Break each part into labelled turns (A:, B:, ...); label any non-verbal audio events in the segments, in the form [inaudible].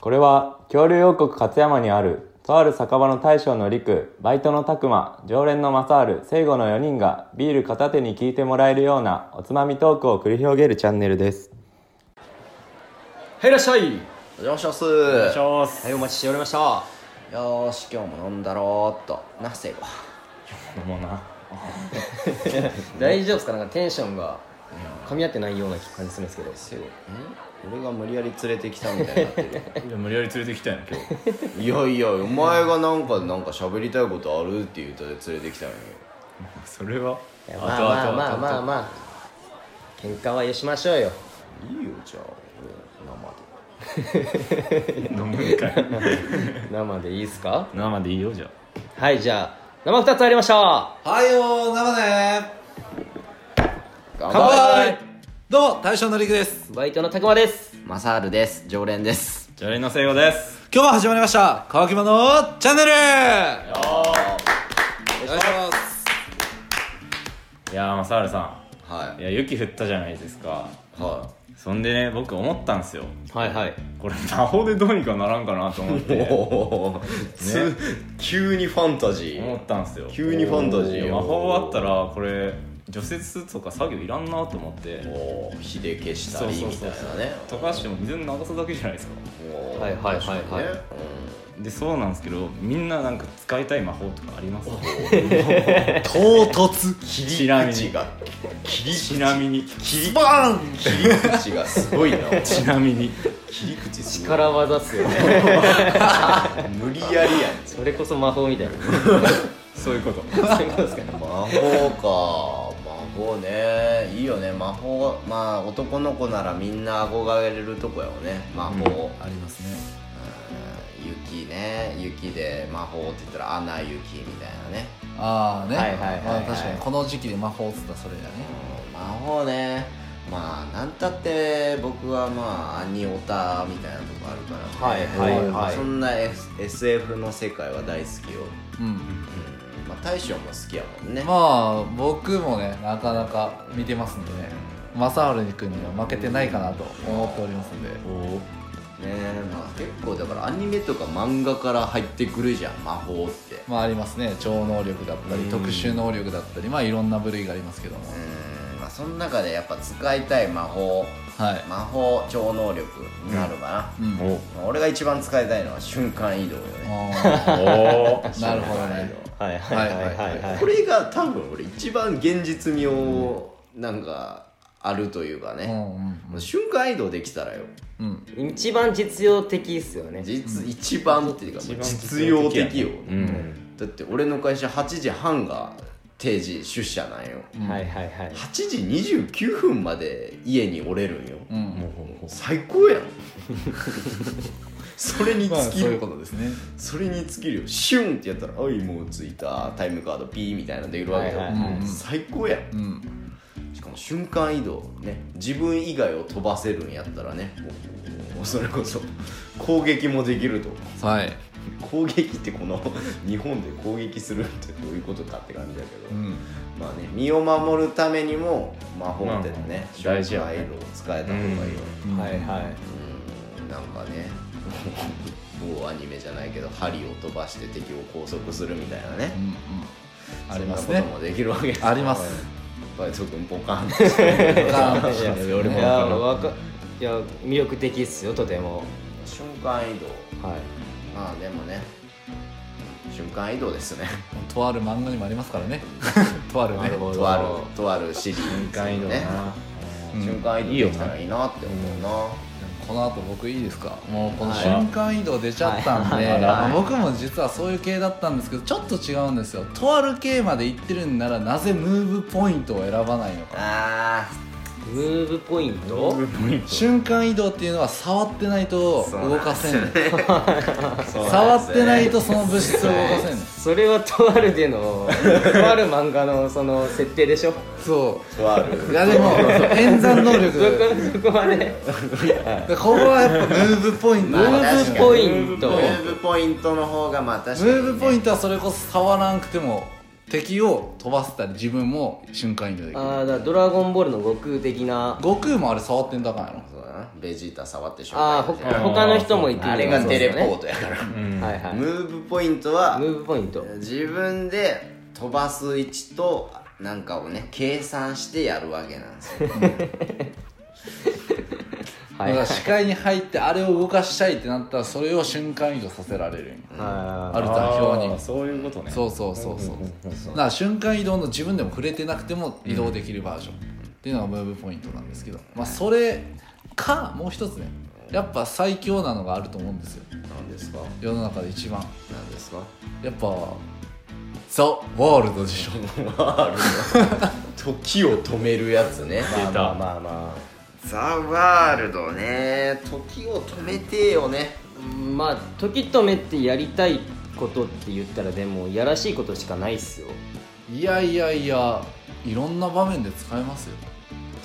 A: これは恐竜王国勝山にあるとある酒場の大将の陸バイトの拓磨常連の正治聖護の4人がビール片手に聞いてもらえるようなおつまみトークを繰り広げるチャンネルです
B: はい、いらっしゃい。
C: お邪魔します
B: ま
C: はいお待ちしておりましたよーし今日も飲んだろーっとなせご
A: もうな
D: [laughs] 大丈夫ですかなんかテンションが噛み合ってないような感じするんですけど
C: せご俺が無理やり連れてきたみたいになってる
B: 無理やり連れてきたんや今日。
C: いやいやお前がなんかなんか喋りたいことあるって言うと連れてきたのよ
B: それは。
D: いやまあまあまあまあまあ喧嘩はよしましょうよ
C: いいよじゃあ
B: 飲むんかい。
D: 生でいいですか
B: 生でいいよじゃあ。
D: はいじゃあ生2つありました
E: はいよー、生ね
C: 俺生で
E: ー。はい。どうも、大将のりくです。
D: バイトのたくまです
C: マサールです常連です
B: ジャレの聖護です。
E: 今日も始まりました、乾き物チャンネルよーお願いします。
B: いやーまあサールさ
C: は
B: ん。いや雪降ったじゃないですか。
C: いは
B: そんでね僕思ったんですよ。
D: はいはい
B: これ魔法でどうにかならんかなと思っ
C: い
B: て
C: おつ急にファンタジ
B: 思
C: ー
B: ったんですよ。
C: 急にファンタジー
B: いや魔法あったらこれ除雪とか作業いらんなと思って。
C: おー火で消したりみたいなね
B: 高橋も水に流すだけじゃないですか
C: おー
D: はいはいはいはい
C: 確かにね
B: でそうなんですけどみんななんか使いたい魔法とかあります
E: 唐突。
B: ちなみに
C: 口が
B: ちなみに
E: スパーン
C: 切り口がすごいな
B: ちなみに
C: 切り口すごい
D: 力技っすよね
C: 無理やりや
D: それこそ魔法みたいな
B: [laughs] そういうこと
D: そういうことですかね
C: ん魔法か魔法ねいいよね魔法まあ男の子ならみんな憧れるとこやよね魔法、うん
E: ありますね。
C: 雪ね雪で魔法って言ったら穴雪みたいなね、
E: あーね。
C: はいはいはいはい
E: まあ確かに、この時期で魔法っつったらそれだね。
C: うん魔法ねまあなんたって僕はまあ兄オタみたいなとこあるから、ね、
D: はいはいはい
C: そんな、S、SF の世界は大好きよ、
E: うん。
C: うんまあ、大将も好きやもんね
E: まあ、僕もね、なかなか見てますんでね。マサール君には負けてないかなと思っておりますんで。
C: ねえまあ結構だからアニメとか漫画から入ってくるじゃん魔法ってう
E: まあありますね超能力だったり特殊能力だったりまあいろんな部類がありますけども
C: ーんまあその中でやっぱ使いたい魔法
E: はい
C: 魔法超能力になるか
E: うん
B: お
C: な、まあ俺が一番使いたいのは瞬間移動よね
E: あ
B: おー
E: ーなるほどね
A: はい
E: はいはいはい
C: これが多分俺一番現実味をなんかあるというか
E: う
C: ね、
E: んうん
C: もう瞬間移動できたらよ
E: うん
D: 一番実用的っすよね
C: 実一番っていうかもう
B: 一番
C: 実用的よ、
B: うん
C: だって俺の会社8時半が定時出社なんよ
D: はいはいはい
C: 8時29分まで家におれるんよ
E: うん
C: 最高
E: [laughs]
C: やんそれに
E: まあ
C: 尽
E: そう
C: き
E: いう
C: る、
E: ことですね
C: それに尽きるよシュンってやったら「おいもう着いたタイムカードピー」みたいなのできるわけよ、
A: はいはい
E: はいうん
C: 最高やん
E: うん
C: しかも瞬間移動ね自分以外を飛ばせるんやったらねもうもうそれこそ攻撃もできると
E: はい
C: 攻撃ってこの日本で攻撃するってどういうことかって感じだけど、
E: うん
C: まあね身を守るためにも魔法ってね
B: まあ大事
C: 瞬
B: や
C: 間
B: ね
C: 移動を使えた方がいいよ、
A: はいはい
C: うんなんかね [laughs] 某アニメじゃないけど針を飛ばして敵を拘束するみたいなね
E: うんうんあります
C: そ
E: ね
C: んなこともできるわけです
E: あります
C: バイト君ポカン
E: あ
D: いや
C: 俺も
D: いやわかいや魅力的っすよとても
C: 瞬間移動
D: はい
C: まあでもね瞬間移動ですね
E: とある漫画にもありますからねとあるね
D: ほど
C: とあるとあるシリーズ、ね、瞬間移動
E: うん
C: 瞬間移動できたらいいなって思うな、
E: この後僕いいですかもうこの瞬間移動出ちゃったんで、
D: はい
E: まあ僕も実はそういう系だったんですけどちょっと違うんですよとある系まで行ってるんならなぜムーブポイントを選ばないの
D: [laughs]
E: か
C: あ
D: ムーブポイント
E: 瞬間移動っていうのは触ってないと動かせんの、
C: あ
E: 触ってないとその物質を動かせんの
D: それはとあるでのとある漫画のその設定でしょ
E: そ
C: とあ
E: うい
C: る
E: やでも演算能
D: そこ
E: 力
D: そこまで
E: ここはやっぱムーブポイント
D: ムーブポイン
C: ム
D: ト
C: ーブポイントの方がまあ確か
E: ム
C: にね、
E: ーブポイントはそれこそ触らなくても敵を飛ばせたり自分も瞬間移動できる
D: ああだからドラゴンボールの悟空的な
E: 悟空もあれ触ってんだからやろ
C: そうだなベジータ触ってし
D: ああ
C: ょ
D: ほ他の人も行く
C: あれがテレポートやから、
D: ートはいはい
C: ム
D: ム
C: ーブポイントは
D: ーブポイント
C: 自分で飛ばす位置となんかをね計算してやるわけなんですよ
D: はいは
E: だか
D: い
E: ら視界に入ってあれを動かしたいってなったらそれを瞬間移動させられるんよ
A: あ
E: ある座標
B: あー
E: に
B: そういうことね
E: そうそうそうそうだから瞬間移動の自分でも触れてなくても移動できるバージョンっていうのがムーブポイントなんですけどまあそれかもう一つねやっぱ最強なのがあると思うんですよ
C: なんですか
E: 世の中で一番
C: なんですか
E: やっぱザ・ワールドでしょ
C: ワールド時を止めるやつね
B: 出た
A: まあま
C: ザ・ワールドね時を止めてよね
D: まあ時止めってやりたいことって言ったらでもやらしいことしかないっすよ
E: いやいやいやいろんな場面で使えますよ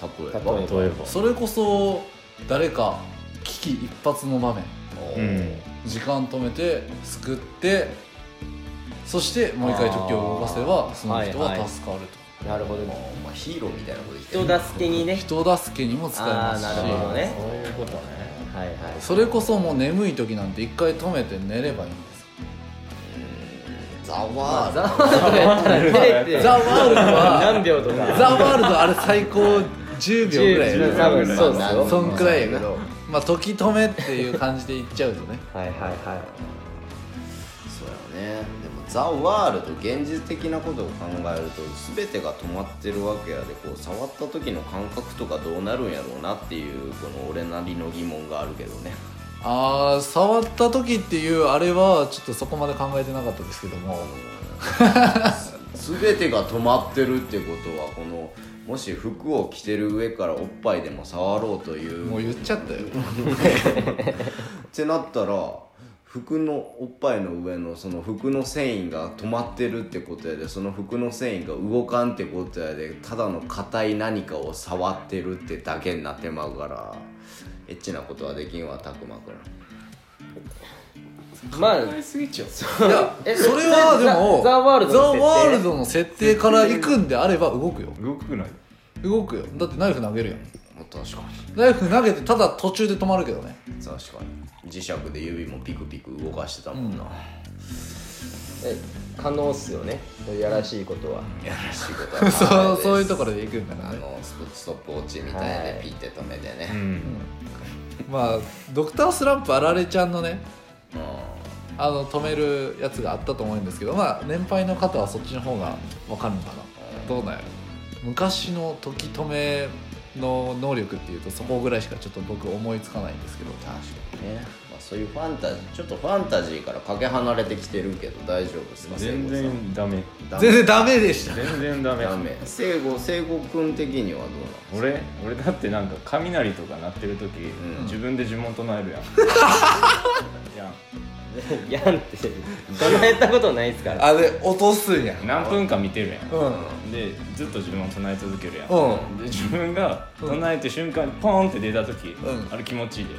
C: 例え
A: あ
C: ば
A: 例えば
B: 例え
E: それこそ誰か危機一髪の場面
C: お
B: ばう
C: ー
B: ん
E: 時間止めて救ってそしてもう一回時を動かせばその人は助かると、
D: なるほど
C: お前ヒーローみたいなこと言ってる
D: 人助けにね
E: 人助けにも使えますし
D: あーなるほどね
B: そういうことね
D: はいはい
E: それこそもう眠い時なんて一回止めて寝ればいいんで
D: [laughs]
E: す
C: ザ・
E: よ
C: ワール
D: ザワールドやったら出て
E: [laughs] ザ・ワールド
D: 何
E: は
D: 秒と
E: ザ・
D: か
E: ワールドあれ最高10秒ぐらい
D: 10秒多分
B: 10秒
D: そうっ
C: ド
D: す
C: な
D: よ
C: ん
E: そんくらいやけどまあ時止めっていう感じで言っちゃうとね
D: はいはいはい
C: そうやねでもザ・ワールド現実的なことを考えると全てが止まってるわけやでこう触った時の感覚とかどうなるんやろうなっていうこの俺なりの疑問があるけどね
E: あー触った時っていうあれはちょっとそこまで考えてなかったですけども
C: [laughs] 全てが止まってるってことはこのもし服を着てる上からおっぱいでも触ろうという
E: もう言っちゃったよ
C: ってなったら服のおっぱいの上のその服の繊維が止まってるってことやでその服の繊維が動かんってことやでただの硬い何かを触ってるってだけになってまうからエッチなことはできんわたくまくん
D: まあ
B: 考えすぎちゃう
E: いや
D: え
E: それはでも
D: ザザワールドの設定
E: ザワールドの設定から行くんであれば動くよ
B: 動くない
E: 動くよだってナイフ投げるやん
C: まあ確か
E: ナイフ投げてただ途中で止まるけどね
C: に確かに磁石で指もピクピク動かしてたもんな、
D: え可能っすよねそういうやらしいことは [laughs]
C: やらしいことは
E: [laughs] そうそういうとこ
C: ろ
E: ろで行くんだから
C: あ
E: ね
C: のストストップウォッチみたい
D: は
C: で
D: い
C: ピッて止めてね、
B: うん
E: まあドクタースランプあられちゃんのね
C: うん
E: あの止めるやつがあったと思うんですけどまあ年配の方はそっちの方が分かるのかなどうなんやろ昔の時止めの能力っていうとそこぐらいしかちょっと僕思いつかないんですけど
C: 確かにね、まあ、そういうファンタジーちょっとファンタジーからかけ離れてきてるけど大丈夫ですか
B: 全
C: 聖子
B: 然ダメ
C: さん
E: 全然ダメでした
B: 全然ダメ
C: ダメ聖子聖子君的にはどう
B: 俺俺だってなんか雷とか鳴ってる時、
C: うん
B: 自分で呪文唱える
E: [laughs]
B: やんいや
D: やんって唱えたことないっすから
E: あれ落とすんや
B: 何分か見てるやん
E: うんうん
B: でずっと呪文唱え続けるやん、
E: うん
B: で自分が唱えて瞬間にポーンって出た時、
E: うん
B: あれ気持ちいい
E: [laughs]
B: で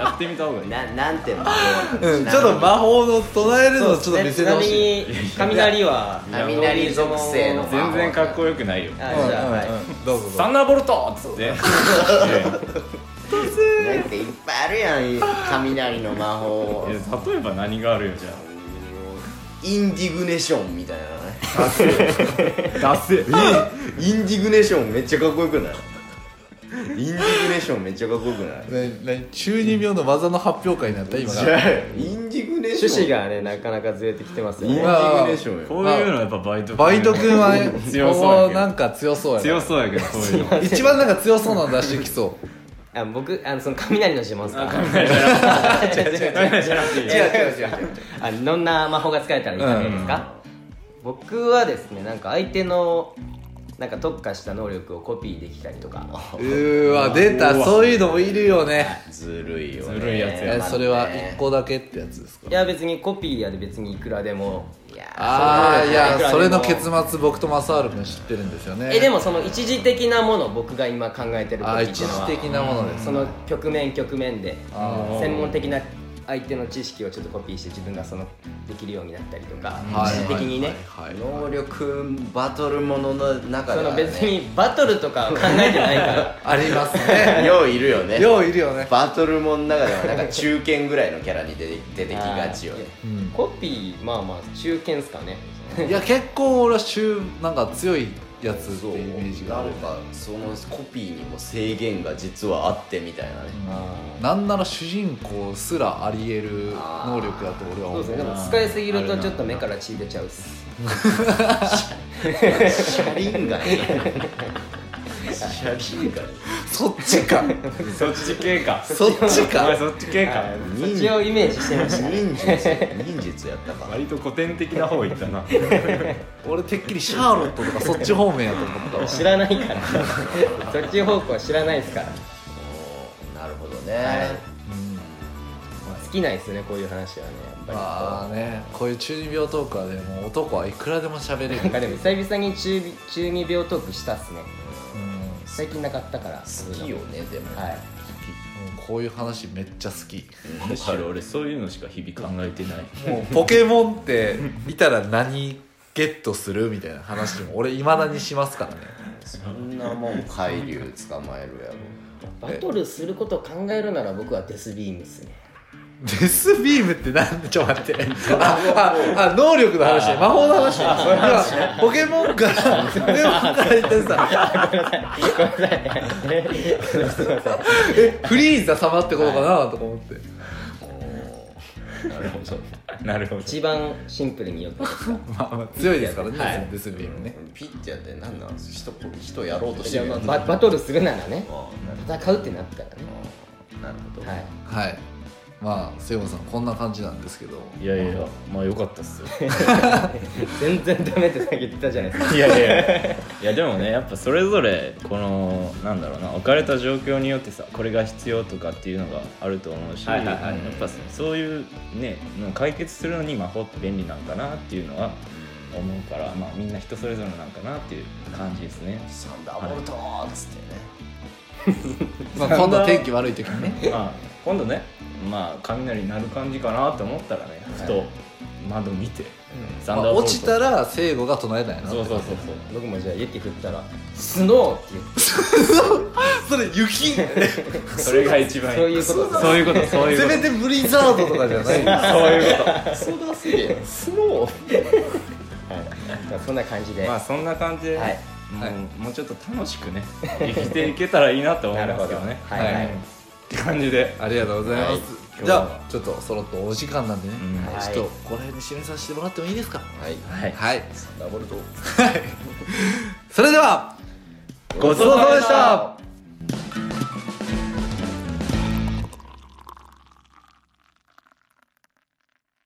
B: やってみた方がいい
C: なのなんて魔
E: ちょっと魔法の唱えるのをちょっと見せ
D: ち
E: て
D: な
E: ほ
D: み
E: しい
D: に雷は
C: 雷属性の
B: 全然かっこよくないよ
D: あ
E: うんうん
D: じゃあはい
E: うんどうぞどう
B: サ
E: ぞ
B: ンダーボルトっつってい
C: なんていっぱいあるやん雷の魔法
B: や例えば何があるよじゃ
C: インディグネションみたいなね
B: あ出せ
C: インディグネションめっちゃかっこよくないインディグネションめっちゃかっこよくない
E: ねね中二病の技の発表会になった今が
C: インディグネション
D: 趣旨がねなかなかずれてきてますよ
C: インデ
D: ね
C: ィグネションよ
B: こういうのやっぱバイト君
E: バイト君はね
B: 強そう
E: こ
B: や
E: こ
B: けど
E: なんか強そうやね
B: 強そうやけどそういう
E: [laughs]
B: の
E: 一番なんか強そうなの出してきそう
D: あ僕あのその雷の自慢っす [laughs] か
B: じゃなくていいよ
D: あどんな魔法が使えたらいいかですか、僕はですねなんか相手のなんか特化した能力をコピーできたりとか
E: うーわ出たそういうのもいるよね
C: ずるいよね
B: ずるいやつや
E: えそれは1個だけってやつですか
D: いや別にコピーやで別にいくらでもいやー
E: ああ
D: そ
E: い
D: の能力はいく
E: や
D: ら
E: それ
D: でも
E: の結末僕とマサール君知ってるんですよね
D: えでもその一時的なもの僕が今考えてる時
E: あー
D: って
E: 一
D: いうのは
E: 時的なものです
D: その局面局面で
E: あ
D: 専門的な相手の知識をちょっとコピーして自分がそのできるようになったりとか
E: はい
D: 一時的にね
E: はいはいは
C: 能
E: い
C: 力バトルものの中
D: そ
C: で
D: の
C: は、ね、
D: 別にバトルとかは考えてないから
E: ありま
C: [laughs]
E: すね
C: よういるよね
E: よういるよね
C: バトルものの中ではなんか中堅ぐらいのキャラに出て出てきがちよね
E: うん
D: コピーまあまあ中堅っすかね
E: いや結構俺は週なんか強いやつって
C: そう
E: いうイメージが
C: な
E: ある
C: んかそのコピーにも制限が実はあってみたいなね、
E: うんなんなら主人公すらありえる能力だと俺
D: そ
E: は
D: う
E: 思
D: で
E: う
D: すねでも使いすぎるとちょっと目から血出ちゃうっす
C: シャリンガンシャリンガン
E: そっちか
B: そっち系か
E: そっち
B: お前
E: か
B: そっち系か
D: はいそっちをイメージしてました
C: 忍術忍術やったか [laughs] な
B: 割と古典的な方いったな
E: 俺てっきりシャーロットとかそっち方面やと思ったわ
D: 知らないからそっち方向は知らないですから
C: おーなるほどね、
E: うん
D: 好きないですねこういう話はねや
E: ま
D: っぱ
E: あねこういう中二病トークはでも男はいくらでも喋れ
D: りなんかで
E: る
D: も久々に中中二病トークしたっすね
E: うん
D: 最近なかったから
C: 好きよねでも、
D: はい
E: もうこういう話めっちゃ好き
B: むしろ俺そういうのしか日々考えてない
E: もうポケモンっていたら何ゲットするみたいな話も俺いまだにしますからね
C: そんなもん海流捕まえるやろ
D: [laughs] バトルすることを考えるなら僕はデスビームっす
C: [laughs]
D: ね
E: デスビームってなんでちょっと待ってあああ能力の話ね魔法の話ね今ポケモンからポケモンから言ってさえフリーザ様ってことかなとか思って
B: なるほど
D: 一番シンプルによってですか
E: まあまあ強いですからね、デスビームね
C: ピッてやって何なん人こ人やろうとし
D: い
C: て
D: や
C: るや
D: まあ
C: ん
D: ババトルするならね
C: あーなる
D: 戦うってなったらね
C: ほどなるほど、
D: はい
E: はいまあセヨンさんこんな感じなんですけど
B: いやいやまあ良かったっすよ
D: 全然ダメってさっき言ってたじゃないですか
B: いやいやいやでもねやっぱそれぞれこのなんだろうな置かれた状況によってさこれが必要とかっていうのがあると思うし、
D: はいはいはい
B: やっぱそういうねの解決するのに魔法って便利なんかなっていうのは思うからまあみんな人それぞれなんかなっていう感じですね
C: サンダーボルトっつってね
E: まあ、今度は天気悪い時にね
B: まあ今度ねまあ雷鳴る感じかなって思ったらねふと窓見て、サ
E: ま
B: ン
E: あ
B: ダーボル
E: 落
B: ト
E: ちたら聖子が唱えないな
B: そうそうそうそう
D: 僕もじゃあ雪降ったら「スノー」って言って
E: それ雪
B: それが一番いい
D: そういうことです
B: そういうことそういう
E: せ
B: こ
E: めてブリザードとかじゃな
B: と
E: い
B: そういうこと
C: そうだすげえスノー
D: [laughs] はいそんな感じで、
B: まあそんな感じで、
D: はい
B: もう
E: はい
B: もうちょっと楽しくね生きていけたらいいなと思
D: ないる
B: ま
D: ほ
B: すけ
D: ど
B: どね
D: はいはい、
E: はい
B: って感じで
E: ありがとうございます、
B: はい
E: じゃあちょっとそろっとお時間なんでね、
B: うん
D: はい
E: ちょっとこの辺で締めさせてもらってもいいですか
C: はい
B: はい
E: はい
C: サンダーボルト
E: それでは
B: ごちそうさまでした